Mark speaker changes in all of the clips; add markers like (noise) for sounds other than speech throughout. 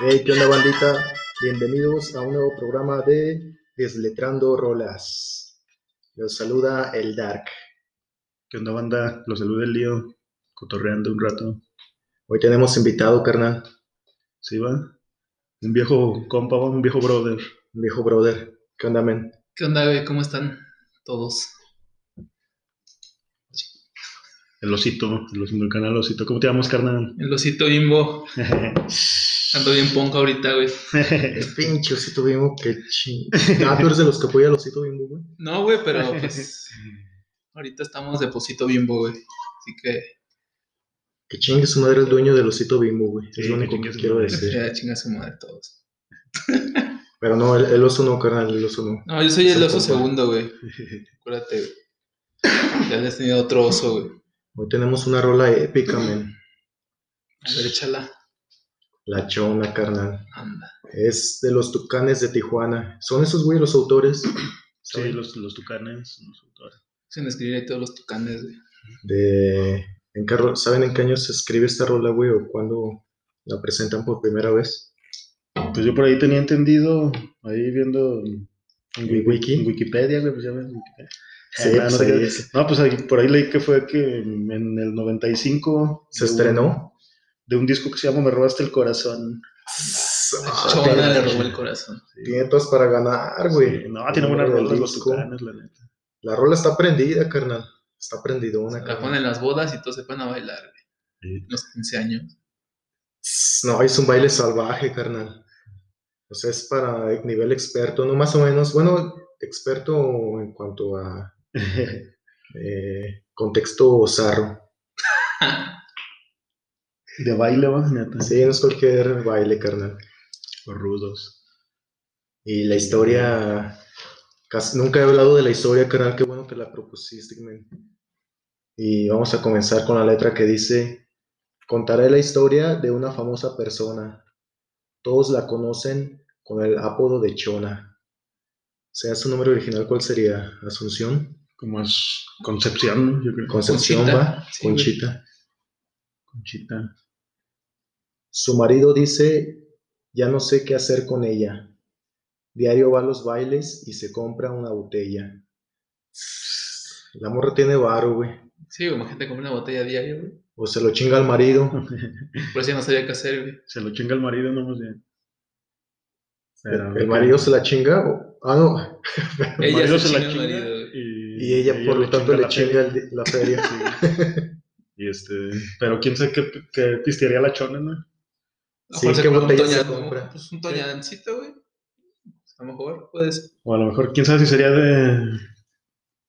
Speaker 1: Hey, ¿qué onda bandita? Bienvenidos a un nuevo programa de Desletrando Rolas. Los saluda el Dark.
Speaker 2: ¿Qué onda, banda? Los saluda el lío, cotorreando un rato.
Speaker 1: Hoy tenemos invitado, carnal,
Speaker 2: ¿Sí va? Un viejo compa, va, un viejo brother.
Speaker 1: un viejo brother. ¿Qué onda, men?
Speaker 3: ¿Qué onda, güey? ¿Cómo están todos?
Speaker 2: El osito, el osito del canal osito. ¿Cómo te llamas, carnal?
Speaker 3: El osito bimbo. Ando bien ponca ahorita, güey.
Speaker 1: El pinche osito bimbo, qué ching. (laughs) Ah, tú eres de los que apoya al osito bimbo, güey.
Speaker 3: No, güey, pero pues. Ahorita estamos de posito bimbo, güey. Así que.
Speaker 1: Que chingue su madre el dueño del osito bimbo, güey.
Speaker 2: Sí,
Speaker 1: es lo
Speaker 2: que
Speaker 1: único que
Speaker 2: chingue su
Speaker 1: quiero
Speaker 2: madre.
Speaker 1: decir.
Speaker 3: Ya chinga su madre todos.
Speaker 1: (laughs) Pero no, el, el oso no, carnal, el oso no.
Speaker 3: No, yo soy el
Speaker 1: Soy
Speaker 3: oso
Speaker 1: compa.
Speaker 3: segundo, güey. Acuérdate, güey. Ya le has tenido otro oso, güey.
Speaker 1: Hoy tenemos una rola épica, men.
Speaker 3: A ver, échala.
Speaker 1: La chona, carnal.
Speaker 3: Anda.
Speaker 1: Es de los tucanes de Tijuana. Son esos, güey, los autores.
Speaker 2: Sí, los, los tucanes. los autores.
Speaker 3: Sin escribir ahí todos los tucanes, güey.
Speaker 1: de en qué ro- ¿saben en qué año se escribe esta rola, güey? O cuándo la presentan por primera vez.
Speaker 2: Pues yo por ahí tenía entendido, ahí viendo en,
Speaker 1: ¿En Wiki?
Speaker 2: en Wikipedia, güey, pues ya ves, Wikipedia.
Speaker 1: Sí,
Speaker 2: Ah,
Speaker 1: pues
Speaker 2: no, sé
Speaker 1: ahí
Speaker 2: qué-
Speaker 1: es-
Speaker 2: no, pues ahí- por ahí leí que fue que en el 95
Speaker 1: se
Speaker 2: de un-
Speaker 1: estrenó.
Speaker 2: de un disco que se llama Me robaste el corazón.
Speaker 3: La
Speaker 1: Ah,
Speaker 3: chona le
Speaker 1: tiene-
Speaker 3: robó el corazón.
Speaker 1: Tiene todas para ganar, güey.
Speaker 2: Sí, Ah, no, tiene buenas
Speaker 1: Número del
Speaker 2: rolas los
Speaker 1: disco.
Speaker 2: tucanes, la neta.
Speaker 1: La rola está prendida, carnal. Está prendidona,
Speaker 3: La
Speaker 1: carnal.
Speaker 3: ponen en las bodas y todos se ponen a bailar, güey.
Speaker 2: Sí.
Speaker 3: Los 15 años. (laughs)
Speaker 1: Tss, No, es un baile salvaje, carnal. O sea, es para nivel experto, no más o menos. Bueno, experto en cuanto a eh, contexto zarro.
Speaker 2: (laughs) De baile, va, neta.
Speaker 1: Sí, no es cualquier baile, carnal.
Speaker 2: Los rudos.
Speaker 1: Y la historia, casi- nunca he hablado de la historia, carnal, qué bueno que la propusiste, men. Y vamos a comenzar con la letra que dice, contaré la historia de una famosa persona. Todos la conocen con el apodo de Chona. Sea su nombre original, ¿cuál sería? Asunción,
Speaker 2: Como es Concepción, ¿no? Pues yo creo.
Speaker 1: Concepción,
Speaker 3: Conchita.
Speaker 1: va,
Speaker 3: Sí, güey.
Speaker 1: Conchita.
Speaker 2: Conchita.
Speaker 1: Su marido dice, ya no sé qué hacer con ella. Diario va a los bailes y se compra una botella. La morra tiene varo, güey.
Speaker 3: Sí, güey, imagínate comer una botella diaria, güey.
Speaker 1: O se lo chinga al marido.
Speaker 3: Por eso ya no sabía qué hacer, güey.
Speaker 2: Se lo chinga el marido, no más bien. Pero-
Speaker 1: el marido se la chinga. o- Ah, no.
Speaker 2: el
Speaker 3: Ella
Speaker 2: marido
Speaker 3: se
Speaker 2: la
Speaker 3: chinga al
Speaker 2: chinga
Speaker 3: marido, güey.
Speaker 2: y,
Speaker 1: Y ella, por lo
Speaker 2: le
Speaker 1: tanto, le
Speaker 2: la
Speaker 1: chinga
Speaker 2: feria.
Speaker 1: el di- la feria.
Speaker 2: Sí. Y este, pero quién sabe qué, qué pistearía la chona, ¿no?
Speaker 3: A lo
Speaker 1: Sí,
Speaker 3: mejor se
Speaker 1: ¿qué
Speaker 3: compra un
Speaker 1: botella se
Speaker 3: toñan, ¿no?
Speaker 1: compra?
Speaker 3: Pues un toñancito, güey. A lo mejor, pues,
Speaker 2: O a lo mejor, quién sabe si sería de.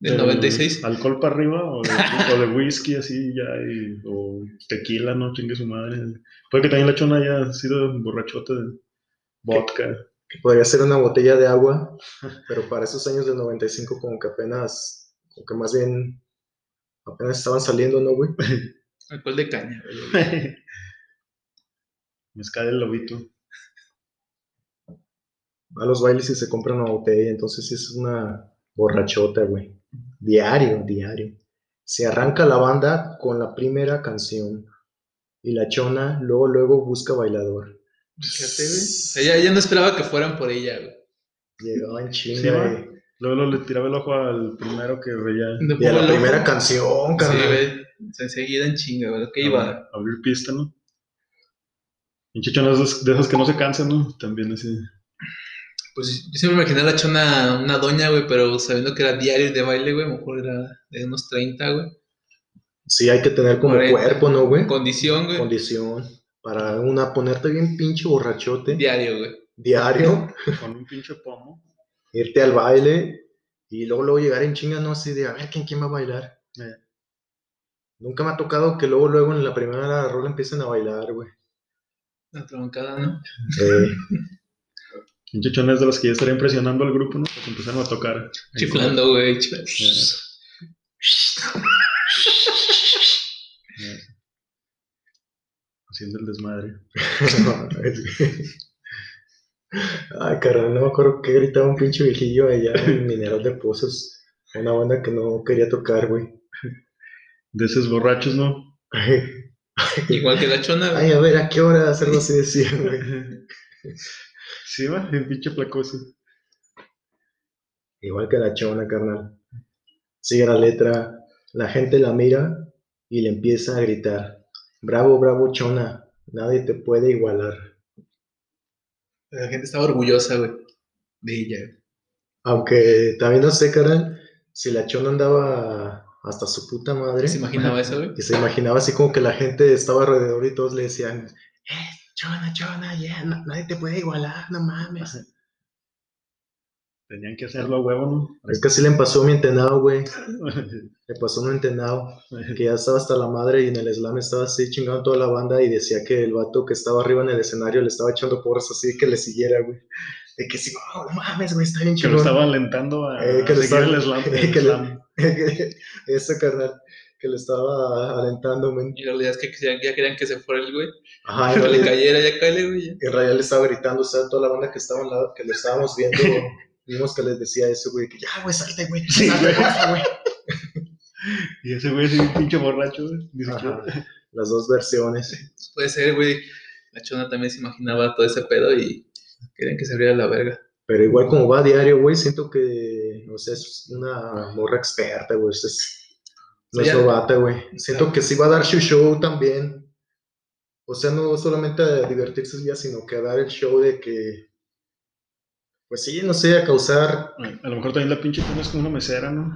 Speaker 3: del 96.
Speaker 2: Alcohol para arriba o de, o de whisky, así ya, y- o tequila, ¿no? Chingue su madre. Puede que también la chona haya sido borrachota de
Speaker 1: (laughs)
Speaker 2: vodka.
Speaker 1: Que podría ser una botella de agua. Pero para esos años del 95, como que apenas. Como que más bien. Apenas estaban saliendo, ¿no, güey?
Speaker 3: Alcohol de caña, güey.
Speaker 2: Mezcal el lobito.
Speaker 1: va a los bailes y se compra una botella, entonces sí es una borrachota, güey. Diario, diario. Se arranca la banda con la primera canción y la chona luego luego busca bailador.
Speaker 3: Fíjate, güey. O sea, ella, ella no esperaba que fueran por ella, güey.
Speaker 1: Llegaba en chinga.
Speaker 2: Sí, va.
Speaker 1: güey.
Speaker 2: Luego, luego le tiraba el ojo al primero que veía.
Speaker 3: No
Speaker 1: y a
Speaker 3: pongo
Speaker 1: la
Speaker 3: el ojo.
Speaker 1: primera canción,
Speaker 3: Sí,
Speaker 1: carnal.
Speaker 3: güey. O sea, enseguida en chinga, güey. ¿Qué iba?
Speaker 2: A abrir pista, ¿no? Pinche chona es de esas- de esas que no se cansan, ¿no? También así.
Speaker 3: Pues yo siempre me imaginé a la chona una doña, güey, pero sabiendo que era diario de baile, güey, a lo mejor era de unos 30, güey.
Speaker 1: sí, hay que tener como
Speaker 3: Correcto.
Speaker 1: cuerpo, ¿no, güey?
Speaker 3: Condición, güey.
Speaker 1: Condición. Para una ponerte bien pinche borrachote,
Speaker 3: Diario, güey.
Speaker 1: diario,
Speaker 2: Con un pinche pomo.
Speaker 1: irte al baile y luego, luego llegar en chinga, no así de a ver quién, quién va a bailar.
Speaker 2: Eh.
Speaker 1: Nunca me ha tocado que luego, luego en la primera rola empiecen a bailar, güey.
Speaker 3: La troncada, ¿no?
Speaker 2: Pinche chona es de las que ya estaría impresionando al grupo, ¿no? Porque empezaron a tocar.
Speaker 3: Chiflando, güey. chiflando.
Speaker 2: Eh, Haciendo el desmadre.
Speaker 1: (laughs) Ay, carnal, no me acuerdo que gritaba un pinche viejillo allá en Mineral de Pozos. (laughs) Una banda que no quería tocar, güey. (laughs)
Speaker 2: De esos borrachos, ¿no?
Speaker 3: Igual que la chona, güey.
Speaker 1: Ay, a ver, ¿a qué hora hacerlo así decía, güey?
Speaker 2: Sí, va, el pinche placoso.
Speaker 1: Igual que la chona, carnal. Sigue la letra. La gente la mira y le empieza a gritar. Bravo, bravo, chona. Nadie te puede igualar.
Speaker 3: La gente estaba orgullosa, güey. De ella, güey.
Speaker 1: Aunque también no sé, carnal, si la chona andaba hasta su puta madre.
Speaker 3: ¿Se imaginaba eso, güey?
Speaker 1: Y se imaginaba así como que la gente estaba alrededor y todos le decían, eh, chona, chona, ya, na- nadie te puede igualar, no mames.
Speaker 2: Tenían que hacerlo a huevo,
Speaker 1: (laughs) Es que así le pasó a mi entenado, güey.
Speaker 2: ¿no?
Speaker 1: Le pasó a un entenado que ya estaba hasta la madre y en el slam estaba así chingando toda la banda y decía que el vato que estaba arriba en el escenario le estaba echando porras así que le siguiera, güey. De que sí, "Oh, no, no mames, güey, está bien
Speaker 2: Que lo
Speaker 1: chingón.
Speaker 2: estaba alentando a
Speaker 1: Eh, que lo estaba-
Speaker 2: seguir el slam.
Speaker 1: (laughs)
Speaker 2: el
Speaker 1: que lo-
Speaker 2: slam.
Speaker 1: (laughs) Ese carnal que lo estaba alentando, güey.
Speaker 3: Y la realidad es que ya, ya querían que se fuera el güey.
Speaker 2: (laughs)
Speaker 1: Ajá, en
Speaker 3: Pero le
Speaker 1: realidad,
Speaker 3: cayera, ya cáele, güey. ya.
Speaker 1: en realidad le estaba gritando, o sea, toda la banda que estaba al lado, que lo estábamos
Speaker 2: (laughs)
Speaker 1: viendo, güey, vimos que les decía eso, güey, que ya, güey, salte, güey,
Speaker 2: Sí,
Speaker 1: salte,
Speaker 2: güey.
Speaker 1: porfa,
Speaker 2: (laughs)
Speaker 1: güey.
Speaker 2: Y ese güey es un pinche borracho, güey. Ni siquiera-
Speaker 1: Ajá, Las dos versiones.
Speaker 3: Pues Puede ser, güey. La chona también se imaginaba todo ese pedo y querían que se abriera la verga.
Speaker 1: Pero igual como va a diario, güey, siento que, no sé, es una morra experta, güey, es, no es
Speaker 3: Ya.
Speaker 1: novata, güey. Siento que sí va a dar su show también. O sea, no solamente a divertirse ya, sino que a dar el show de que, pues sí, no sé, a causar,
Speaker 2: A lo mejor también la pinche chona es como una mesera, ¿no?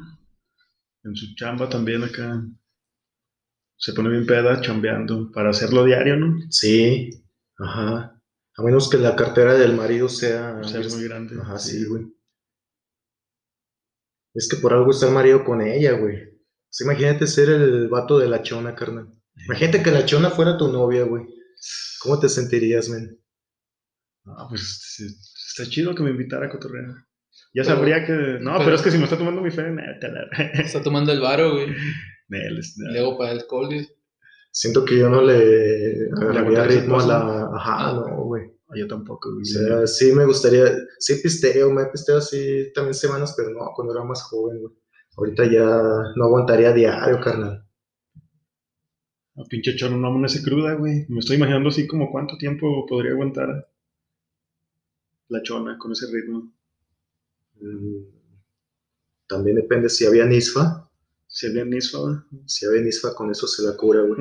Speaker 2: En su chamba también acá. Se pone bien peda chambeando para hacerlo diario, ¿no?
Speaker 1: sí, ajá. A menos que la cartera del marido sea...
Speaker 2: O sea, Pues es muy grande.
Speaker 1: Ah, pues, Ajá, sí, güey. Es que por algo está el marido con ella, güey. O sea, imagínate ser el vato de la chona, carnal. Imagínate que la chona fuera tu novia, güey. ¿Cómo te sentirías, men?
Speaker 2: Ah, pues sí, está chido que me invitara a cotorrear. Ya
Speaker 3: Pero-
Speaker 2: sabría que. No, pero,
Speaker 3: pero-
Speaker 2: es que si me está tomando mi fe, neta, la.
Speaker 3: Está tomando el varo, güey.
Speaker 2: Nel, es-
Speaker 3: Y luego para el alcohol, güey.
Speaker 1: Siento que yo no le agarraría
Speaker 2: aguantarías el
Speaker 1: ritmo a
Speaker 2: paso?
Speaker 1: la... Ajá, no, güey.
Speaker 2: Ah, Yo tampoco, güey.
Speaker 1: O sea, sí me gustaría... Sí pisteo, me he pisteado así también semanas, pero no, cuando era más joven, güey. Ahorita ya no aguantaría diario, carnal.
Speaker 2: Ah, pinche cholo, no amanece cruda, güey. Me estoy imaginando así como cuánto tiempo podría aguantar la chona con ese ritmo.
Speaker 1: Mm, También depende si había nisfa.
Speaker 2: Si había nisfa, güey.
Speaker 1: Si había nisfa, con eso se la cura, güey.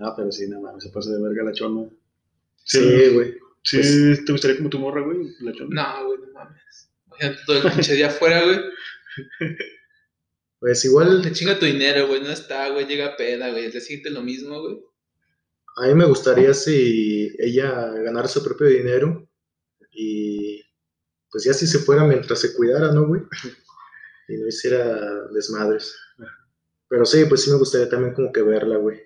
Speaker 2: Ah, pero sí, nada más, se pasa de verga la chona. Sí,
Speaker 1: Sí, güey.
Speaker 2: sí, te gustaría como tu morra, güey, la chona.
Speaker 3: No, güey, no mames. Imagínate todo el pinche día afuera, güey.
Speaker 1: Pues igual
Speaker 3: Te chinga tu dinero, güey. No está, güey. Llega peda, güey. El día siguiente lo mismo, güey.
Speaker 1: A mí me gustaría si ella ganara su propio dinero y pues ya si se fuera mientras se cuidara, ¿no, güey? Y no hiciera desmadres. Pero sí, pues sí me gustaría también como que verla, güey.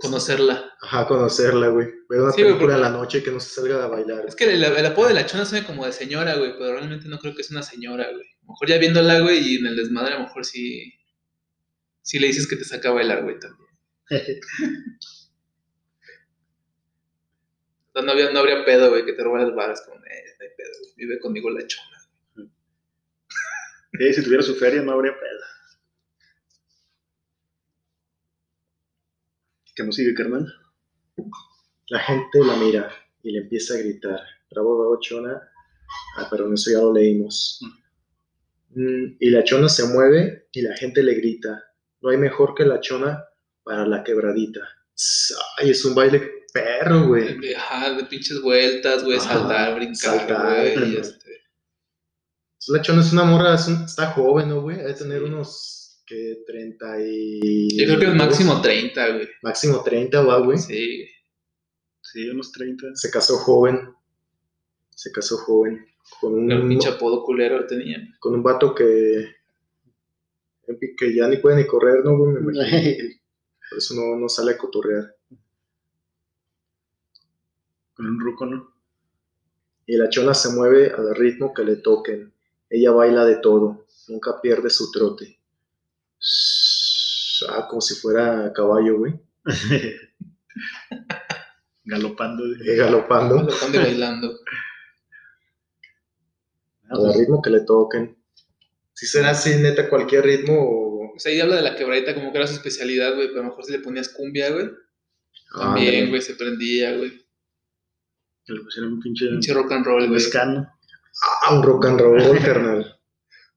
Speaker 3: Conocerla.
Speaker 1: Ajá, conocerla, güey. Ver una
Speaker 3: Sí, güey,
Speaker 1: película en
Speaker 3: porque-
Speaker 1: la noche que no se salga a bailar.
Speaker 3: Es que el, el apodo de la chona suena como de señora, güey. Pero realmente no creo que es una señora, güey. A lo mejor ya viéndola, güey, y en el desmadre, a lo mejor sí. Sí le dices que te saca a bailar, güey,
Speaker 1: (laughs)
Speaker 3: también. No, no habría, no habría pedo, güey, que te robara las varas con eh, no hay pedo, güey. Vive conmigo la chona.
Speaker 2: Sí, Eh, si tuviera su feria no habría peda. ¿Qué nos sigue, carnal?
Speaker 1: La gente la mira y le empieza a gritar. Bravo, bravo, chona. Ah, pero eso ya lo leímos. Mm, y la chona se mueve y la gente le grita. No hay mejor que la chona para la quebradita. Tss, Ay, es un baile perro, güey.
Speaker 3: De- Ajá, de pinches vueltas, güey,
Speaker 1: Ajá,
Speaker 3: saltar, brincar,
Speaker 1: saltar,
Speaker 3: güey. y
Speaker 1: ajá.
Speaker 3: este,
Speaker 1: La chona es una morra, es un- está joven, ¿no, güey? Ha de tener
Speaker 3: Sí.
Speaker 1: unos, que 30 y...
Speaker 3: Yo creo que es máximo 30, güey.
Speaker 1: Máximo 30 va, güey.
Speaker 3: Sí, güey.
Speaker 2: Sí, unos 30.
Speaker 1: Se casó joven. Se casó joven. Con un,
Speaker 3: Pero el pinche apodo culero tenía.
Speaker 1: con un vato que, que ya ni puede ni correr, ¿no, güey? Me imagino. Por eso no, no sale a cotorrear.
Speaker 2: Con un ruco, (laughs) ¿no?
Speaker 1: Y la chola se mueve al ritmo que le toquen. Ella baila de todo, nunca pierde su trote. Shhh, Ah, como si fuera caballo, güey.
Speaker 2: Galopando.
Speaker 1: Eh, galopando.
Speaker 3: Lo están de bailando.
Speaker 2: Ah, pues,
Speaker 1: Al ritmo que le toquen. Si será así, neta, cualquier ritmo o...
Speaker 3: O sea, ahí habla de la quebradita como que era su especialidad, güey, pero a lo mejor si le ponías cumbia, güey.
Speaker 1: Ah,
Speaker 3: También, güey, se prendía, güey.
Speaker 2: Que le pusieron un pinche,
Speaker 3: Pinche rock and roll,
Speaker 2: un
Speaker 3: güey.
Speaker 2: escano. (laughs)
Speaker 1: Ah, un rock and roll, carnal.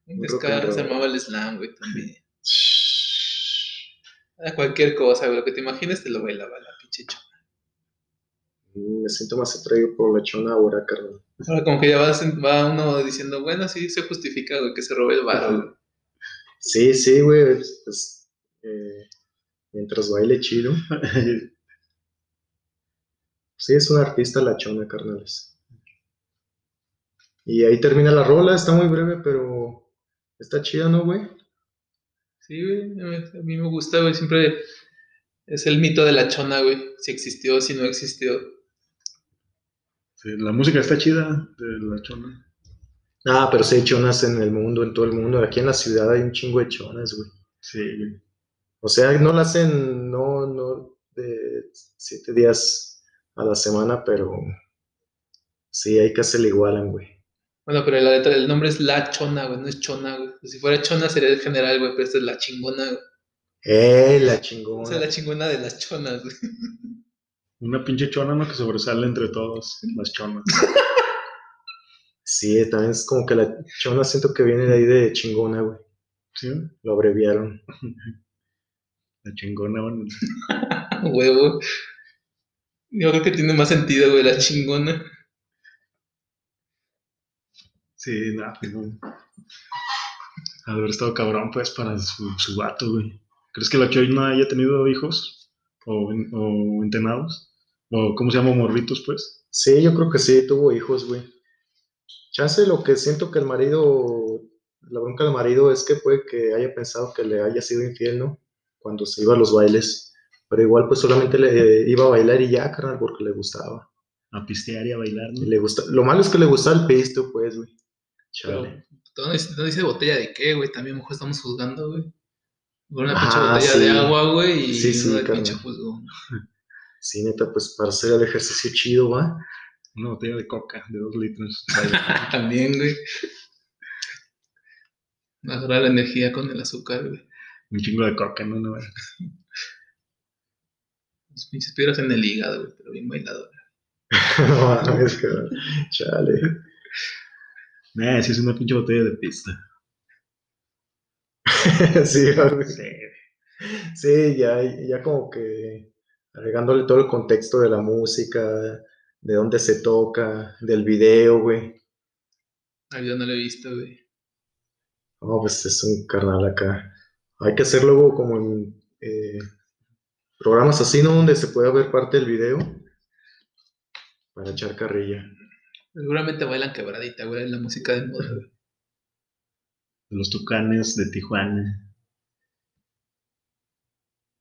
Speaker 3: Un
Speaker 1: un rock and
Speaker 3: descarga, se
Speaker 1: roll.
Speaker 3: armaba el slam, güey, también.
Speaker 1: Shhh.
Speaker 3: Era cualquier cosa, güey, lo que te imagines te lo bailaba la pinche chava.
Speaker 1: Mm, Me siento más atraído por la chona ahora, carnal.
Speaker 3: Ahora como que ya va, sen- va uno diciendo, bueno, sí, se justifica, güey, que se robe el bar, güey.
Speaker 1: Sí, sí, güey. Pues, eh, mientras baile chido. Sí, es un artista la chona, carnales. Y ahí termina la rola, está muy breve, pero está chida, ¿no, güey?
Speaker 3: Sí, güey, a a mí me gusta, güey, siempre es el mito de la chona, güey, si existió, si no existió.
Speaker 2: Sí, la música está chida de la chona.
Speaker 1: Ah, pero sí hay chonas en el mundo, en todo el mundo. Aquí en la ciudad hay un chingo de chonas, güey.
Speaker 2: Sí, güey.
Speaker 1: O sea, no la hacen, no, no, de siete días a la semana, pero sí, hay que se le igualan, güey.
Speaker 3: Bueno, pero la letra, el nombre es La Chona, güey, no es Chona, güey. Pues Si fuera Chona sería el general, güey, pero esta es La Chingona, güey.
Speaker 1: ¡Eh, la
Speaker 3: O
Speaker 1: chingona!
Speaker 3: sea, La Chingona de las Chonas, güey.
Speaker 2: Una pinche chona, ¿no? Que sobresale entre todos las (laughs) chonas.
Speaker 1: Sí, también es como que la chona siento que viene de ahí de chingona, güey.
Speaker 2: ¿Sí? güey?
Speaker 1: Lo abreviaron.
Speaker 2: La chingona, bueno.
Speaker 3: Ah, Huevo. Yo creo que tiene más sentido, güey, La Chingona.
Speaker 2: Sí, nada, pues no. Ha de haber estado cabrón, pues, para su, su vato, güey. ¿Crees que la chona haya tenido hijos? ¿O, en- o entenados? ¿O cómo se llama? Morritos, pues.
Speaker 1: Sí, yo creo que sí, tuvo hijos, güey. Chance, lo que siento que el marido, la bronca del marido es que puede que haya pensado que le haya sido infiel, ¿no? Cuando se iba a los bailes. Pero igual, pues solamente le iba a bailar y ya, carnal, porque le gustaba.
Speaker 2: A pistear y a bailar,
Speaker 1: Y
Speaker 2: ¿no?
Speaker 1: le gusta... Lo malo es que le gustaba el pisto, pues, güey.
Speaker 3: Pero,
Speaker 1: Chale.
Speaker 3: todo no dice, no dice botella de qué, güey, también a lo mejor estamos juzgando, güey. Con una pinche
Speaker 1: Ah,
Speaker 3: botella
Speaker 1: sí.
Speaker 3: de agua, güey, y
Speaker 1: Sí, sí,
Speaker 3: uno de
Speaker 1: carnal.
Speaker 3: pinche juzgón.
Speaker 1: Sí, neta, pues para hacer el ejercicio chido, va. (laughs)
Speaker 2: Una botella de coca de dos litros.
Speaker 3: (laughs)
Speaker 2: (laughs)
Speaker 3: También, güey. Agarrar la energía con el azúcar, güey.
Speaker 2: Un chingo de coca, ¿no? No, güey.
Speaker 3: Los pinches piedras en el hígado, güey, pero bien bailador.
Speaker 1: No mames, carnal. Chale.
Speaker 2: Nah, eh, sí es una pinche botella de pista.
Speaker 1: (laughs) Sí, güey.
Speaker 2: Sí.
Speaker 1: Sí, ya, ya como que agregándole todo el contexto de la música, de dónde se toca, del video, güey.
Speaker 3: Ay, Ah, yo no lo he visto, güey.
Speaker 1: No, pues es un carnal acá. Hay que hacer luego como en eh, programas así, ¿no? Donde se pueda ver parte del video para echar carrilla.
Speaker 3: Seguramente bailan quebradita, güey, la música de moda, güey.
Speaker 2: De los tucanes de Tijuana.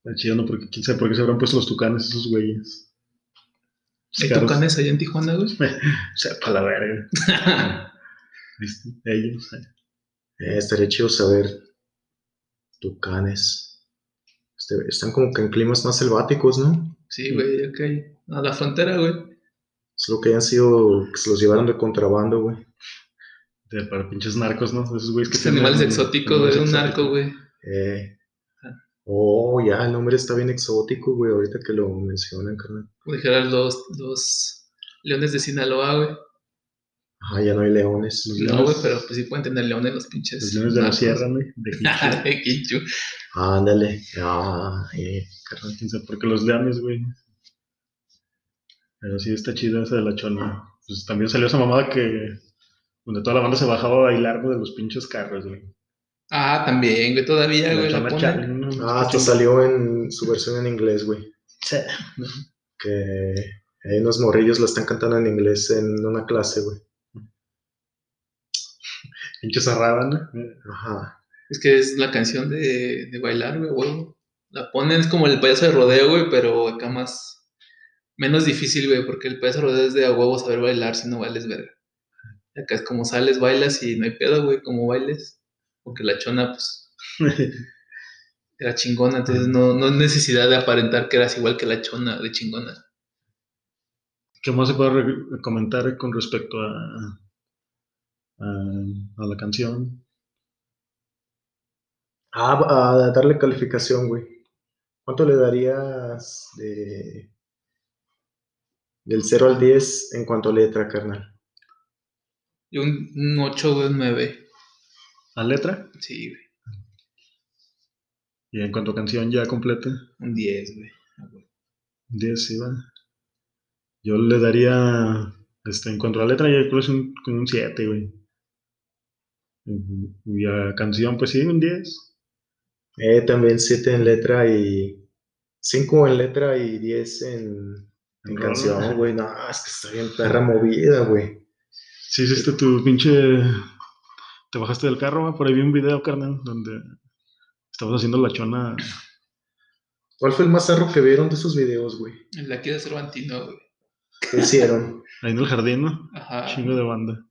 Speaker 2: Está chido, ¿no? Porque quién sabe por qué se habrán puesto los tucanes esos güeyes.
Speaker 3: ¿Hay
Speaker 2: Caros.
Speaker 3: tucanes allá en Tijuana, güey?
Speaker 2: Sepa la (laughs) verga. ¿Viste? Ellos. eh.
Speaker 1: Eh, estaría chido saber. Tucanes. Este, están como que en climas más selváticos, ¿no?
Speaker 3: sí, güey, ok. A la frontera, güey.
Speaker 1: Solo que hayan sido, que se los llevaron de contrabando, güey.
Speaker 2: De- para pinches narcos, ¿no? Esos güeyes que
Speaker 3: Estos animales
Speaker 2: tienen-
Speaker 3: exóticos, güey,
Speaker 2: animales
Speaker 3: de un
Speaker 2: exóticos.
Speaker 3: narco, güey.
Speaker 1: Eh.
Speaker 3: Ah.
Speaker 1: Oh, ya, el nombre está bien exótico, güey, ahorita que lo mencionan, carnal.
Speaker 3: Como dijeran los, los leones de Sinaloa, güey.
Speaker 1: Ah, ya no hay leones.
Speaker 2: Los
Speaker 3: No,
Speaker 2: leones-
Speaker 3: güey, pero pues sí pueden tener leones los pinches.
Speaker 2: Los leones de la
Speaker 3: narcos. (laughs)
Speaker 2: sierra, ¿no? De Jiquilpan.
Speaker 3: de Quinchu.
Speaker 1: Ándale. Ah, eh, carnal.
Speaker 2: Quién sabe por qué los leones, güey. Pero sí está chida esa de la chona. Pues también salió esa mamada que. Donde toda la banda se bajaba a bailar güey, de los pinches carros, güey.
Speaker 3: Ah, también, güey, todavía,
Speaker 2: La
Speaker 3: güey, la
Speaker 2: chona
Speaker 3: ponen.
Speaker 2: Charlie, ¿no?
Speaker 1: Ah, hasta salió en su versión en inglés, güey.
Speaker 2: Sí.
Speaker 1: Que hay unos morrillos la están cantando en inglés en una clase, güey.
Speaker 2: Pinche cerrada, ¿no?
Speaker 1: Ajá.
Speaker 3: Es que es la canción de, de bailar, güey, huevo. La ponen, es como el payaso de rodeo, güey, pero acá más. Menos difícil, güey, porque el payaso de rodeo es de a huevo saber bailar, si no bailes, verga. Y Acá es como sales, bailas y no hay pedo, güey, como bailes. Porque la chona, pues, era chingona, entonces no, no es necesidad de aparentar que eras igual que la chona de chingona.
Speaker 2: (laughs) ¿Qué más se puede re- comentar con respecto a, a, a la canción?
Speaker 1: Ah, a darle calificación, güey. ¿Cuánto le darías de... del 0 al 10 en cuanto a letra, carnal?
Speaker 3: Y un, un 8, güey, un 9.
Speaker 2: ¿A letra?
Speaker 3: Sí, güey.
Speaker 2: Y en cuanto a canción ya completa,
Speaker 3: Un 10, güey. Ah, güey.
Speaker 2: 10 sí, va. Yo le daría, este, en cuanto a la letra, yo creo que es un, como un 7, güey. Y- Y a canción, pues sí, un 10.
Speaker 1: Eh, también 7 en letra y 5 en letra y 10 en, en
Speaker 2: Rola.
Speaker 1: canción, güey. No, es que está bien perra movida, güey.
Speaker 2: Sí, hiciste tu pinche... Te bajaste del carro, va, por ahí vi un video, carnal, donde estabas haciendo la chona...
Speaker 1: ¿Cuál fue el más zarro que vieron de esos videos, güey?
Speaker 3: La quiere Cervantino, güey. (laughs)
Speaker 1: ¿Qué hicieron?
Speaker 2: Ahí en el jardín, ¿no?
Speaker 3: Ajá.
Speaker 2: Chingo de banda.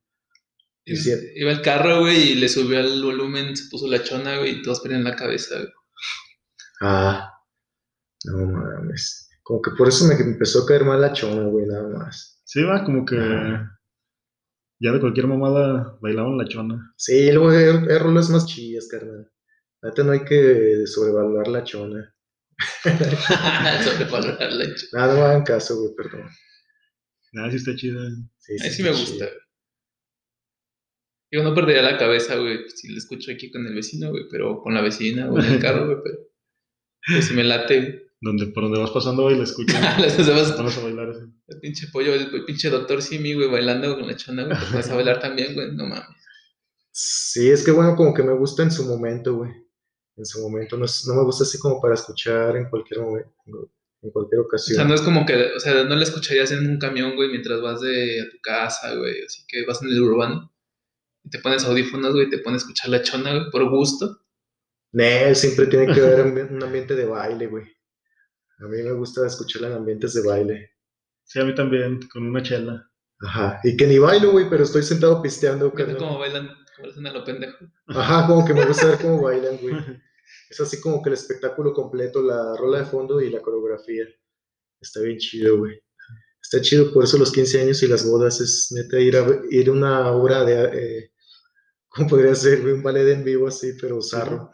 Speaker 1: Y siete.
Speaker 3: Iba el carro, güey, y le subió el volumen, se puso la chona, güey, y todos pelean la cabeza, güey. (laughs)
Speaker 1: Ah, no mames. Como que por eso me empezó a caer mal la chona, güey, nada más.
Speaker 2: Sí, va, como que...
Speaker 1: Ajá.
Speaker 2: Ya de cualquier mamada bailaban la chona.
Speaker 1: Sí, luego hay, hay rolas más chillas, carnal. Neta, no hay que sobrevaluar la chona.
Speaker 3: Sobrevalorar la chona.
Speaker 1: Nada, no me hagan caso, güey, perdón.
Speaker 2: Nada, sí está chida.
Speaker 1: Sí,
Speaker 3: Ahí sí
Speaker 1: está
Speaker 3: me
Speaker 1: chida.
Speaker 3: gusta, güey. Digo, no perdería la cabeza, güey, si la escucho aquí con el vecino, güey, pero con la vecina o en el carro, güey, pero. Pues si me late, güey. (laughs)
Speaker 2: Donde, por donde vas pasando, güey, la escuchan.
Speaker 3: Las-
Speaker 2: Vamos a bailar así.
Speaker 3: El pinche pollo, el, el pinche doctor Simi, güey, bailando con la chona, güey. Te vas a bailar también, güey, no mames.
Speaker 1: Sí, es que bueno, como que me gusta en su momento, güey. En su momento, no, es- no me gusta así como para escuchar en cualquier momento, en cualquier
Speaker 3: O sea,
Speaker 1: ocasión.
Speaker 3: no es como que, o sea, no la escucharías en un camión, güey, mientras vas de a tu casa, güey. Así que vas en el urbano y te pones audífonos, güey, y te pones a escuchar la chona, güey, por gusto.
Speaker 1: Nel, siempre tiene que haber ambi- un ambiente de baile, güey. A mí me gusta escucharla en ambientes de baile.
Speaker 2: Sí, a mí también, con una chela.
Speaker 1: Ajá. Y que ni bailo, güey, pero estoy sentado pisteando,
Speaker 3: Viendo
Speaker 1: carnal.
Speaker 3: cómo bailan, cómo hacen a lo pendejo.
Speaker 1: Ajá, como que me gusta ver
Speaker 2: (laughs)
Speaker 1: cómo bailan, güey. Es así como que el espectáculo completo, la rola de fondo y la coreografía. Está bien chido, güey. Está chido, por eso los 15 años y las bodas es neta ir a ve- ir a una obra de. eh, ¿Cómo podría ser, güey? Un ballet en vivo así, pero zarro.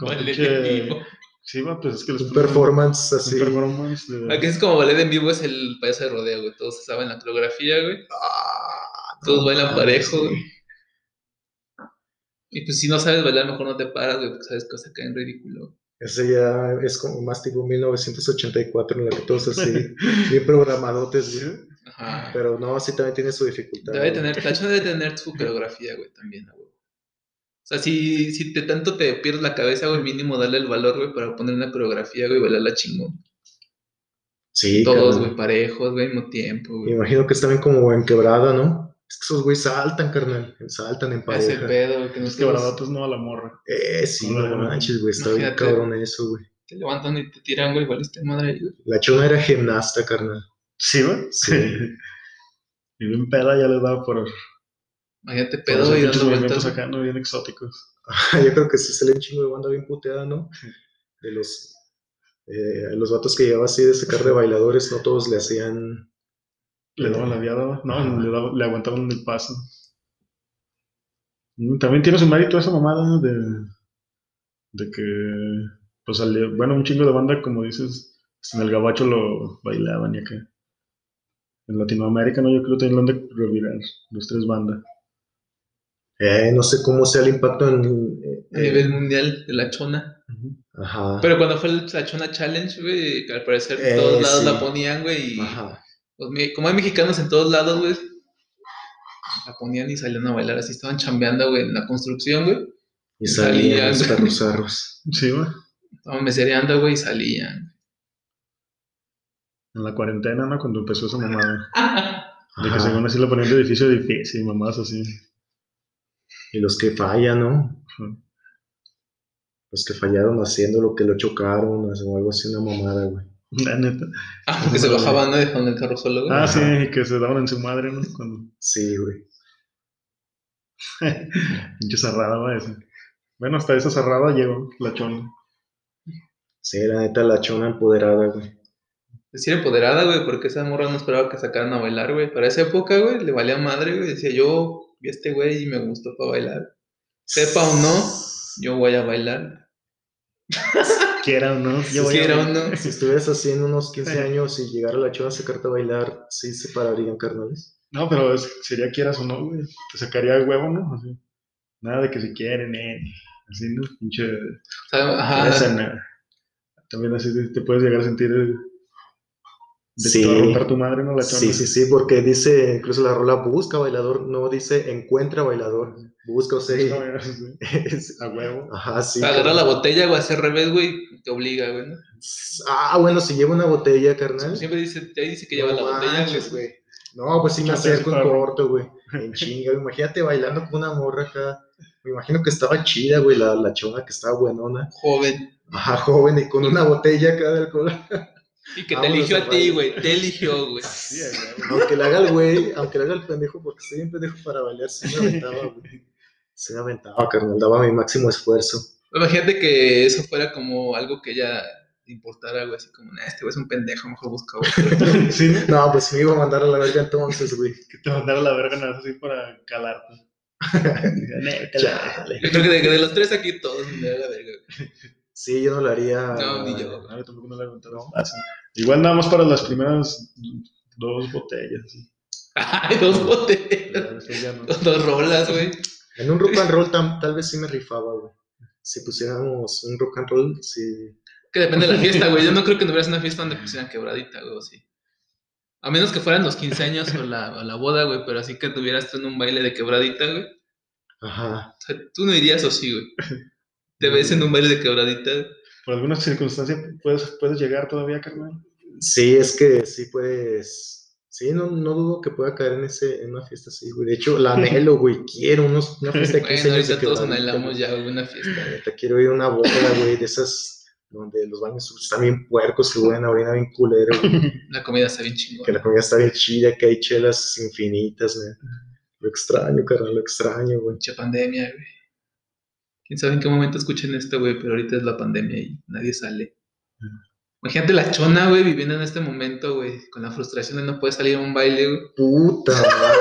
Speaker 2: Con
Speaker 3: Ballet
Speaker 2: pinche-
Speaker 3: en vivo.
Speaker 2: (laughs) Sí, va, pues es que les
Speaker 1: Un
Speaker 2: ponen
Speaker 1: performance
Speaker 2: un
Speaker 1: así.
Speaker 2: performance de-
Speaker 3: Aquí es como ballet en vivo, es el payaso de rodeo, güey. Todos saben la coreografía, güey.
Speaker 1: Ah,
Speaker 3: Todos
Speaker 1: no
Speaker 3: bailan
Speaker 1: mames,
Speaker 3: parejo,
Speaker 1: güey.
Speaker 3: güey. Y pues si no sabes bailar, mejor no te paras, güey, porque sabes que se caen ridículo.
Speaker 1: Ese ya es como más tipo 1984 en la que todos así, bien programadotes, güey.
Speaker 3: Ajá.
Speaker 1: Pero no, así también tiene su dificultad.
Speaker 3: Debe
Speaker 1: güey.
Speaker 3: tener, Tacho debe tener su coreografía, güey, también, güey. O sea, si, si te tanto te pierdes la cabeza, güey, mínimo darle el valor, güey, para poner una coreografía, güey, y bailarla chingón.
Speaker 1: Sí,
Speaker 3: Todos,
Speaker 1: carnal.
Speaker 3: güey, parejos, güey, al mismo tiempo,
Speaker 1: Me
Speaker 3: güey.
Speaker 1: imagino que están bien como en quebrada, ¿no? Es que esos güeyes saltan, carnal. Saltan en
Speaker 3: Ese
Speaker 1: pareja.
Speaker 3: pedo, güey, que no
Speaker 2: Los
Speaker 3: te, los-
Speaker 2: quebradatos no a la morra.
Speaker 1: Eh, sí,
Speaker 2: No,
Speaker 1: no,
Speaker 2: no, no.
Speaker 1: manches, güey. Está bien
Speaker 3: Imagínate.
Speaker 1: cabrón eso, güey.
Speaker 3: te levantan y te tiran, güey, valiste madre, güey.
Speaker 1: La chona era gimnasta, carnal. (laughs)
Speaker 2: Sí, va.
Speaker 1: Sí.
Speaker 2: (laughs) y bien peda ya les daba por, por
Speaker 3: Imagínate
Speaker 2: esos
Speaker 3: pedo, güey,
Speaker 2: pinches
Speaker 3: dando
Speaker 2: movimientos
Speaker 3: vueltas.
Speaker 2: acá, ¿no? Bien exóticos.
Speaker 1: Yo creo que sí salió un chingo de banda bien puteada, ¿no? De los, eh, los vatos que llevaba así de sacar de bailadores, no todos le hacían.
Speaker 2: Le daban la viada, ¿va? no, le, daba- le aguantaban el paso. Mm, También tiene su mérito esa mamada ¿no? de, de que, pues, al- bueno, un chingo de banda, como dices, en el gabacho lo bailaban y acá. En Latinoamérica, ¿no? Yo creo que también lo han de revirar, los tres bandas.
Speaker 1: Eh, no sé cómo sea el impacto en. eh,
Speaker 3: A nivel mundial de la chona.
Speaker 1: Ajá.
Speaker 3: Pero cuando fue el- la chona challenge, güey, que al parecer
Speaker 1: Eh,
Speaker 3: en todos lados
Speaker 1: sí.
Speaker 3: la ponían, güey. y
Speaker 1: Ajá.
Speaker 3: los me- Pues, como hay mexicanos en todos lados, güey, la ponían y salían a bailar. Así estaban chambeando, güey, en la construcción, güey.
Speaker 1: Y salían
Speaker 3: Salían.
Speaker 1: los perros
Speaker 2: (laughs)
Speaker 1: zarros.
Speaker 2: Sí, va.
Speaker 3: Estaban mesereando, güey, y salían. (laughs)
Speaker 2: En la cuarentena, ¿no? Cuando empezó esa mamada.
Speaker 3: Ah,
Speaker 2: De que
Speaker 1: Ajá.
Speaker 2: según así lo ponían de edificio a edificio y mamás así.
Speaker 1: Y los que fallan, ¿no?
Speaker 2: Ujú.
Speaker 1: Los que fallaron haciendo lo que lo chocaron, o algo así, una mamada, güey.
Speaker 2: La neta.
Speaker 3: Ah, porque se bajaban, ¿no? Dejaban el carro solo, güey.
Speaker 2: Ah,
Speaker 1: Ajá.
Speaker 2: sí, que se daban en su madre, ¿no? Cuando
Speaker 1: Sí, güey.
Speaker 2: (laughs) pinche cerrada va eso. Bueno, hasta esa cerrada llegó la chona.
Speaker 1: Sí, la neta, la chona empoderada, güey.
Speaker 3: Decir Pues, empoderada, güey, porque esa morra no esperaba que sacaran a bailar, güey. Para esa época, güey, le valía madre, güey. Decía, yo vi a este güey y me gustó para bailar. Sepa o no, yo voy a bailar.
Speaker 2: Quiera o no, yo voy a-
Speaker 3: Quisiera uno.
Speaker 1: Si estuvieras haciendo unos 15
Speaker 2: Sí.
Speaker 1: años y llegara la chava a sacarte a bailar, ¿sí se pararían, carnales?
Speaker 2: No, pero es- sería quieras o no, güey. Te sacaría el huevo, ¿no? Así. Nada de que se quieren, eh. Así, ¿no? Pinche.
Speaker 3: O sea,
Speaker 1: Ah.
Speaker 3: ajá,
Speaker 2: esa, nada. También así te- te puedes llegar a sentir. eh, De
Speaker 1: Sí.
Speaker 2: que te va a romper tu madre, ¿no? La chona.
Speaker 1: Sí, sí, sí, porque dice, incluso la rola busca bailador, no dice encuentra bailador, busca, o sea,
Speaker 2: (laughs) No, sí.
Speaker 1: es-
Speaker 2: A
Speaker 1: (laughs)
Speaker 2: huevo.
Speaker 1: ajá, sí.
Speaker 3: agarra
Speaker 1: carnal.
Speaker 3: la botella, güey, hacia al revés, güey, te obliga, güey, ¿no?
Speaker 1: Ah, bueno, si lleva una botella, carnal.
Speaker 3: Siempre dice, ahí dice que lleva
Speaker 1: No
Speaker 3: la botella,
Speaker 1: manches,
Speaker 3: güey.
Speaker 1: güey. No, pues sí me
Speaker 2: Ya te
Speaker 1: acerco en
Speaker 2: disparo.
Speaker 1: corto, güey. En chinga, güey. imagínate bailando con una morra acá. Me imagino que estaba chida, güey, la, la chona que estaba buenona.
Speaker 3: Joven.
Speaker 1: Ajá, joven y con una botella acá de alcohol.
Speaker 3: Y que te
Speaker 1: Vámonos
Speaker 3: eligió
Speaker 1: al
Speaker 3: a ti,
Speaker 1: baile.
Speaker 3: güey, te eligió, güey.
Speaker 2: Sí, a huevo. (laughs)
Speaker 1: Aunque le haga el güey, aunque le haga el pendejo, porque soy bien pendejo para bailar, sí me aventaba, güey. Sí me aventaba, carnal, daba mi máximo esfuerzo.
Speaker 3: (laughs) Imagínate que eso fuera como algo que ella importara, güey, así como, nah, este güey es un pendejo, mejor busca (laughs) otro.
Speaker 2: Sí, ¿no?
Speaker 1: No, pues me iba a mandar a la verga entonces, güey.
Speaker 2: que te mandara la verga nada más así para
Speaker 1: (laughs)
Speaker 2: calarte. (laughs) Neta, la verga.
Speaker 1: Chale.
Speaker 3: Yo creo que de, de los tres aquí todos me da la verga, güey.
Speaker 1: Sí, yo no lo haría.
Speaker 3: No, ni yo.
Speaker 2: No, yo tampoco no la aguantaba. Igual nada más para las primeras dos botellas. sí.
Speaker 3: Ay, dos (laughs) botellas.
Speaker 2: Ya después ya no.
Speaker 3: Dos rolas, güey.
Speaker 1: En un rock and roll tam- tal vez sí me rifaba, güey. Si pusiéramos un rock and roll, sí.
Speaker 3: Que depende de la fiesta, güey. Yo no creo que tuvieras una fiesta donde pusieran quebradita, güey, o sí. A menos que fueran los 15 años o la, o la boda, güey, pero así que tuvieras tú en un baile de quebradita, güey. O
Speaker 1: Ajá.
Speaker 3: sea, tú no irías o sí, güey. Te ves en un baile de quebradita. güey.
Speaker 2: Por alguna circunstancia puedes, puedes llegar todavía,
Speaker 3: (laughs)
Speaker 2: carnal.
Speaker 1: Sí, es que sí, pues. Sí, no, no dudo que pueda caer en ese, en una fiesta así, güey. De hecho, la
Speaker 3: (laughs)
Speaker 1: anhelo, güey. Quiero unos, una fiesta (laughs) de 15
Speaker 3: Bueno,
Speaker 1: años de
Speaker 3: ahorita todos
Speaker 1: quebradita,
Speaker 3: anhelamos
Speaker 1: güey.
Speaker 3: ya güey, una fiesta, güey.
Speaker 1: Te quiero ir a una boda, güey, de esas donde los baños están bien puercos, que huelen a orina bien culero, güey,
Speaker 3: La comida está bien
Speaker 1: que
Speaker 3: chingona.
Speaker 1: la comida está bien chida, que hay chelas infinitas, güey. Lo extraño, carnal, lo extraño, güey.
Speaker 3: Pinche pandemia, güey. Quién sabe en qué momento escuchen esto, güey, pero ahorita es la pandemia y nadie sale. Imagínate la chona, güey, viviendo en este momento, güey, con la frustración de no poder salir a un baile, güey.
Speaker 1: Puta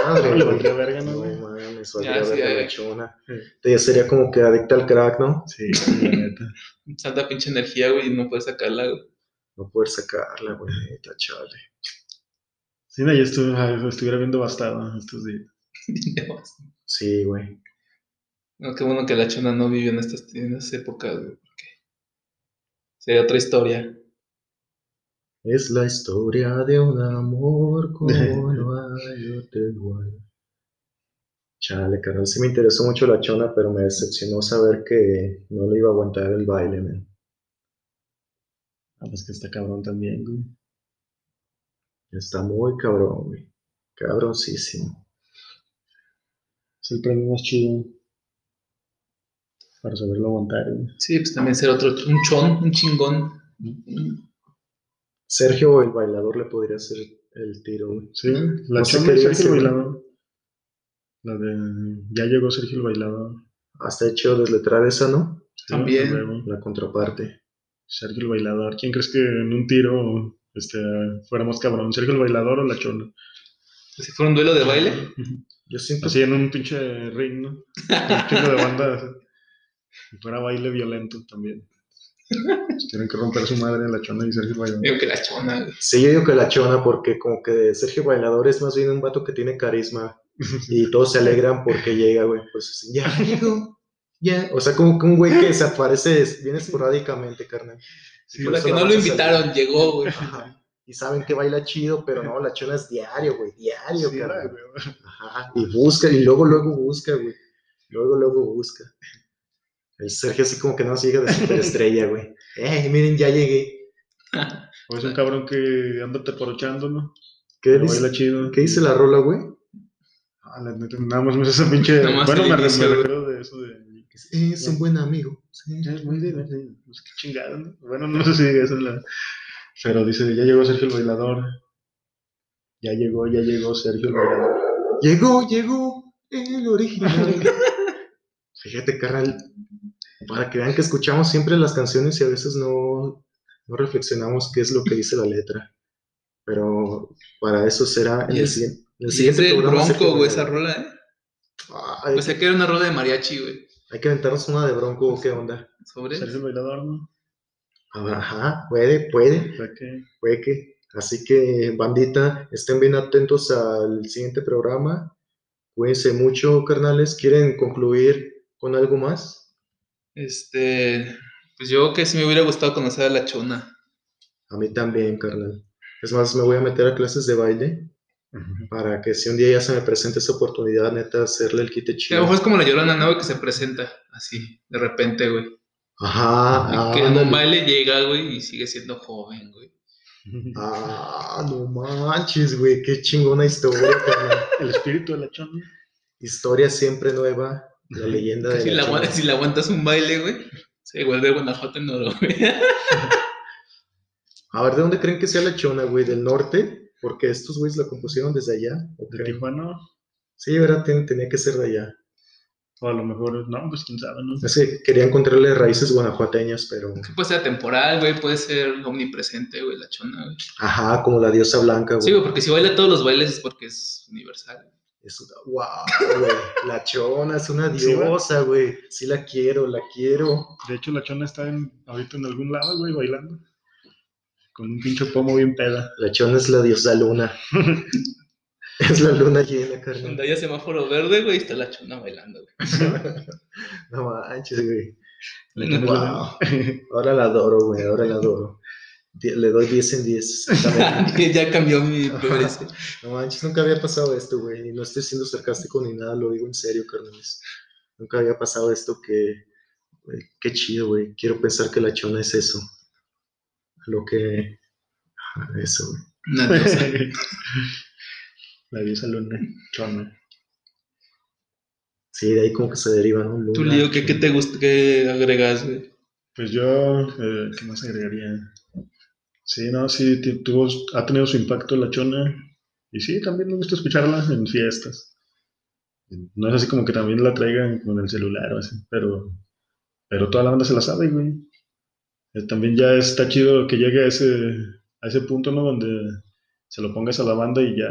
Speaker 1: madre,
Speaker 3: (laughs)
Speaker 2: Le
Speaker 1: güey.
Speaker 2: valdría verga, ¿no,
Speaker 1: No
Speaker 2: güey?
Speaker 1: mames,
Speaker 3: Ya,
Speaker 1: valdría
Speaker 3: sí, eh. Mm.
Speaker 1: verga
Speaker 3: ya,
Speaker 1: la
Speaker 3: ya.
Speaker 1: chona.
Speaker 2: Sí.
Speaker 1: Entonces ya sería como que adicta al crack, ¿no?
Speaker 2: Sí,
Speaker 3: (laughs)
Speaker 2: la neta.
Speaker 3: Tanta pinche energía, güey, y no poder sacarla, güey. (laughs)
Speaker 1: No poder sacarla, güey, neta, chale.
Speaker 2: Sí, no, yo estuve, ah, estuviera bien devastado estos días.
Speaker 1: Sí, güey.
Speaker 3: No, qué bueno que la chona no vivió en estas, en esas épocas, güey, porque sería otra historia.
Speaker 1: Es la historia de un amor como no hay otro igual. Chale, carnal, sí me interesó mucho la chona, pero me decepcionó saber que no le iba a aguantar el baile, men.
Speaker 2: Ah, pues que está cabrón también, güey.
Speaker 1: Está muy cabrón, güey. Cabroncísimo.
Speaker 2: Es el premio más chido. Para saberlo aguantar, güey.
Speaker 3: Sí, pues también ser otro, un chon, un chingón.
Speaker 1: Sergio, el bailador, le podría hacer el tiro, güey.
Speaker 2: Sí,
Speaker 3: Pues
Speaker 2: la
Speaker 1: No sé
Speaker 2: chamba
Speaker 1: qué
Speaker 2: de
Speaker 1: digas,
Speaker 2: Sergio el
Speaker 1: güey.
Speaker 2: Bailador. La de. Ya llegó Sergio el Bailador.
Speaker 1: Hasta hecho desletrar esa, ¿no?
Speaker 2: Sí,
Speaker 3: También.
Speaker 2: a huevo.
Speaker 1: La contraparte.
Speaker 2: Sergio el Bailador. ¿Quién crees que en un tiro este, fuera más cabrón? ¿Sergio el Bailador o la chona?
Speaker 3: Si fuera un duelo de baile,
Speaker 1: Yo siento
Speaker 2: Así Pues en un pinche ring, ¿no? Un tipo de banda. así. Y fuera baile violento también. Tienen que romper su madre la chona y Sergio el Bailador.
Speaker 3: digo que la chona, güey.
Speaker 1: Sí, yo digo que la chona, porque como que Sergio Bailador es más bien un vato que tiene carisma
Speaker 2: (laughs)
Speaker 1: y todos se alegran porque llega, güey. Pues así, ya llegó, ya. O sea, como que un güey que se aparece es- bien esporádicamente, carnal.
Speaker 2: Sí,
Speaker 1: Por
Speaker 3: La
Speaker 1: eso
Speaker 3: que
Speaker 1: la
Speaker 3: no lo
Speaker 1: raza se
Speaker 3: invitaron, llegó, güey.
Speaker 1: (laughs) Ajá. Y saben que baila chido, pero no, la chona es diario, güey, diario,
Speaker 2: Sí,
Speaker 1: carnal.
Speaker 2: ay, güey.
Speaker 1: Ajá, y busca, y luego, luego busca, güey. Luego, luego busca. El Sergio así como que no llega de superestrella, güey.
Speaker 2: (laughs)
Speaker 1: Eh, miren, ya llegué.
Speaker 2: O es un cabrón que anda teporochando, ¿no?
Speaker 1: ¿Qué
Speaker 2: Pero
Speaker 1: dice,
Speaker 2: baila chido.
Speaker 1: ¿Qué dice la rola, güey?
Speaker 2: Ah, la neta, nada más me hace esa pinche.
Speaker 3: Nada más
Speaker 2: Bueno,
Speaker 3: el
Speaker 2: me, re- me
Speaker 3: inicio, güey.
Speaker 2: recuerdo de eso de.
Speaker 1: Es un buen amigo. sí.
Speaker 2: Es muy divertido. Pues qué chingado, ¿no? Bueno, no sé si eso es la. Pero dice, ya llegó Sergio el bailador. Ya llegó, ya llegó Sergio el bailador.
Speaker 1: Llegó, llegó el original. (laughs) Fíjate, carnal, para que vean que escuchamos siempre las canciones y a veces no, no reflexionamos qué es lo que dice la letra. Pero para eso será en
Speaker 3: Y
Speaker 1: el,
Speaker 3: es-
Speaker 1: siguiente. en el
Speaker 3: Y es
Speaker 1: siguiente
Speaker 3: el
Speaker 1: programa, Sergio
Speaker 3: bronco, güey, esa
Speaker 1: Bailador.
Speaker 3: rola, ¿eh?
Speaker 1: Ah, hay,
Speaker 3: Pues que era una rola de mariachi, güey.
Speaker 1: hay que aventarnos una de bronco, ¿qué onda?
Speaker 3: Sobre.
Speaker 2: Sergio el bailador, ¿no?
Speaker 1: Ajá, puede, puede,
Speaker 2: O sea que,
Speaker 1: puede que. Así que, bandita, estén bien atentos al siguiente programa. Cuídense mucho, carnales. ¿Quieren concluir con algo más?
Speaker 3: Este, pues yo que sí me hubiera gustado conocer a la chona.
Speaker 1: A mí también, carnal. Es más, me voy a meter a clases de baile para que si un día ya se me presente esa oportunidad, neta, hacerle el quite
Speaker 3: Que a lo
Speaker 1: chido.
Speaker 3: mejor es como la llorona, ¿no? güey? Que se presenta así, de repente, güey.
Speaker 1: Ajá,
Speaker 3: Y que en
Speaker 1: Ah, ándale.
Speaker 3: un baile llega, güey, y sigue siendo joven, güey.
Speaker 1: Ah, no manches, güey, qué chingona historia, carnal.
Speaker 2: El espíritu de la chona.
Speaker 1: Historia siempre nueva, la leyenda
Speaker 3: Que
Speaker 1: de
Speaker 3: si,
Speaker 1: la
Speaker 3: la, aguanta-
Speaker 1: chona.
Speaker 3: si la aguantas un baile, güey, se vuelve Guanajuato en oro, güey.
Speaker 1: A ver, ¿de dónde creen que sea la chona, güey? ¿Del norte? Porque estos güeyes la compusieron desde allá. ¿o
Speaker 2: De
Speaker 1: creen?
Speaker 2: Tijuana.
Speaker 1: Sí, ¿verdad? Ten- tenía que ser de allá.
Speaker 2: O a lo mejor, no, pues quién sabe, ¿no?
Speaker 1: Es que quería encontrarle raíces guanajuateñas, pero...
Speaker 3: Puede ser temporal, güey, puede ser omnipresente, güey, la chona, güey.
Speaker 1: Ajá, como la diosa blanca, güey.
Speaker 3: Sí, güey, porque si baila todos los bailes es porque es universal.
Speaker 1: Es una... ¡Wow, güey! La chona es una
Speaker 2: Sí, va.
Speaker 1: diosa, güey. Sí la quiero, la quiero.
Speaker 2: De hecho, la chona está en- ahorita en algún lado, güey, bailando. Con un pinche pomo bien peda.
Speaker 1: La chona es la diosa
Speaker 2: (laughs)
Speaker 1: luna. es la luna llena, carnal.
Speaker 3: Cuando haya semáforo verde, güey, está la chona bailando, güey. (laughs)
Speaker 1: (laughs) No manches, güey.
Speaker 2: La chona
Speaker 1: Wow.
Speaker 2: es la-
Speaker 1: Ahora la adoro, güey. Ahora la adoro. Die- Le doy 10 en 10.
Speaker 2: (laughs)
Speaker 1: exactamente.
Speaker 3: ya cambió mi preferencia.
Speaker 1: No manches, nunca había pasado esto, güey. Y no estoy siendo sarcástico ni nada, lo digo en serio, carnales. Nunca había pasado esto que. güey, qué chido, güey. Quiero pensar que la chona es eso. Lo que. ajá, Eso, güey.
Speaker 3: Una diosa.
Speaker 2: (laughs) La diosa luna, chona.
Speaker 1: Sí, de ahí como que se deriva, ¿no? Luna,
Speaker 3: Tú, Lío, ¿qué, qué te gusta, qué agregas, güey?
Speaker 2: Pues yo, eh, ¿qué más agregaría? Sí, no, sí, ti- tuvo, ha tenido su impacto la chona. Y sí, también me gusta escucharla en fiestas. No es así como que también la traigan con el celular o así, pero, pero toda la banda se la sabe, güey. Eh, También ya está chido que llegue a ese, a ese punto, ¿no? Donde se lo pongas a la banda y ya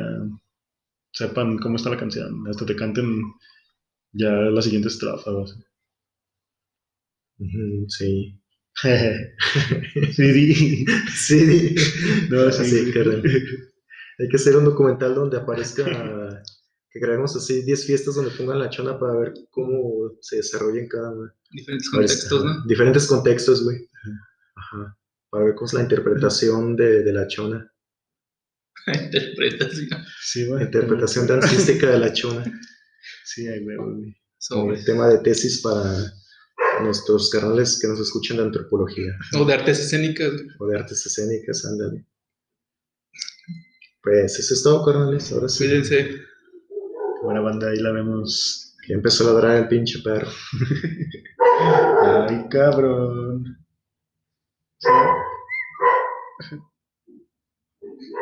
Speaker 2: sepan cómo está la canción. Hasta te canten ya la siguiente estrofa o así. (laughs)
Speaker 1: Ujú, sí. (laughs)
Speaker 2: sí, sí.
Speaker 1: Sí.
Speaker 2: No, sí,
Speaker 1: sí,
Speaker 2: sí.
Speaker 1: carnal. Hay que hacer un documental donde aparezca. Que creemos así 10 fiestas donde pongan la chona para ver cómo se desarrolla en cada una.
Speaker 3: Diferentes
Speaker 1: Pues,
Speaker 3: contextos,
Speaker 1: ajá,
Speaker 3: ¿no?
Speaker 1: Diferentes contextos, güey. Ajá. Para ver cómo es la interpretación de, de la chona.
Speaker 3: (laughs) Interpretación.
Speaker 2: Sí,
Speaker 1: La
Speaker 2: güey.
Speaker 1: interpretación dancística de la chona.
Speaker 2: Sí, ay, güey, güey.
Speaker 1: Como
Speaker 3: Sobre.
Speaker 1: el tema de tesis para nuestros canales que nos escuchan de antropología
Speaker 3: O de artes escénicas, güey.
Speaker 1: o de artes escénicas, ándale. Pues eso es todo, carnales. Ahora sí.
Speaker 3: cuídense.
Speaker 2: Buena banda, ahí la vemos.
Speaker 1: Ya empezó a ladrar el pinche perro.
Speaker 2: Ay, cabrón. Sí.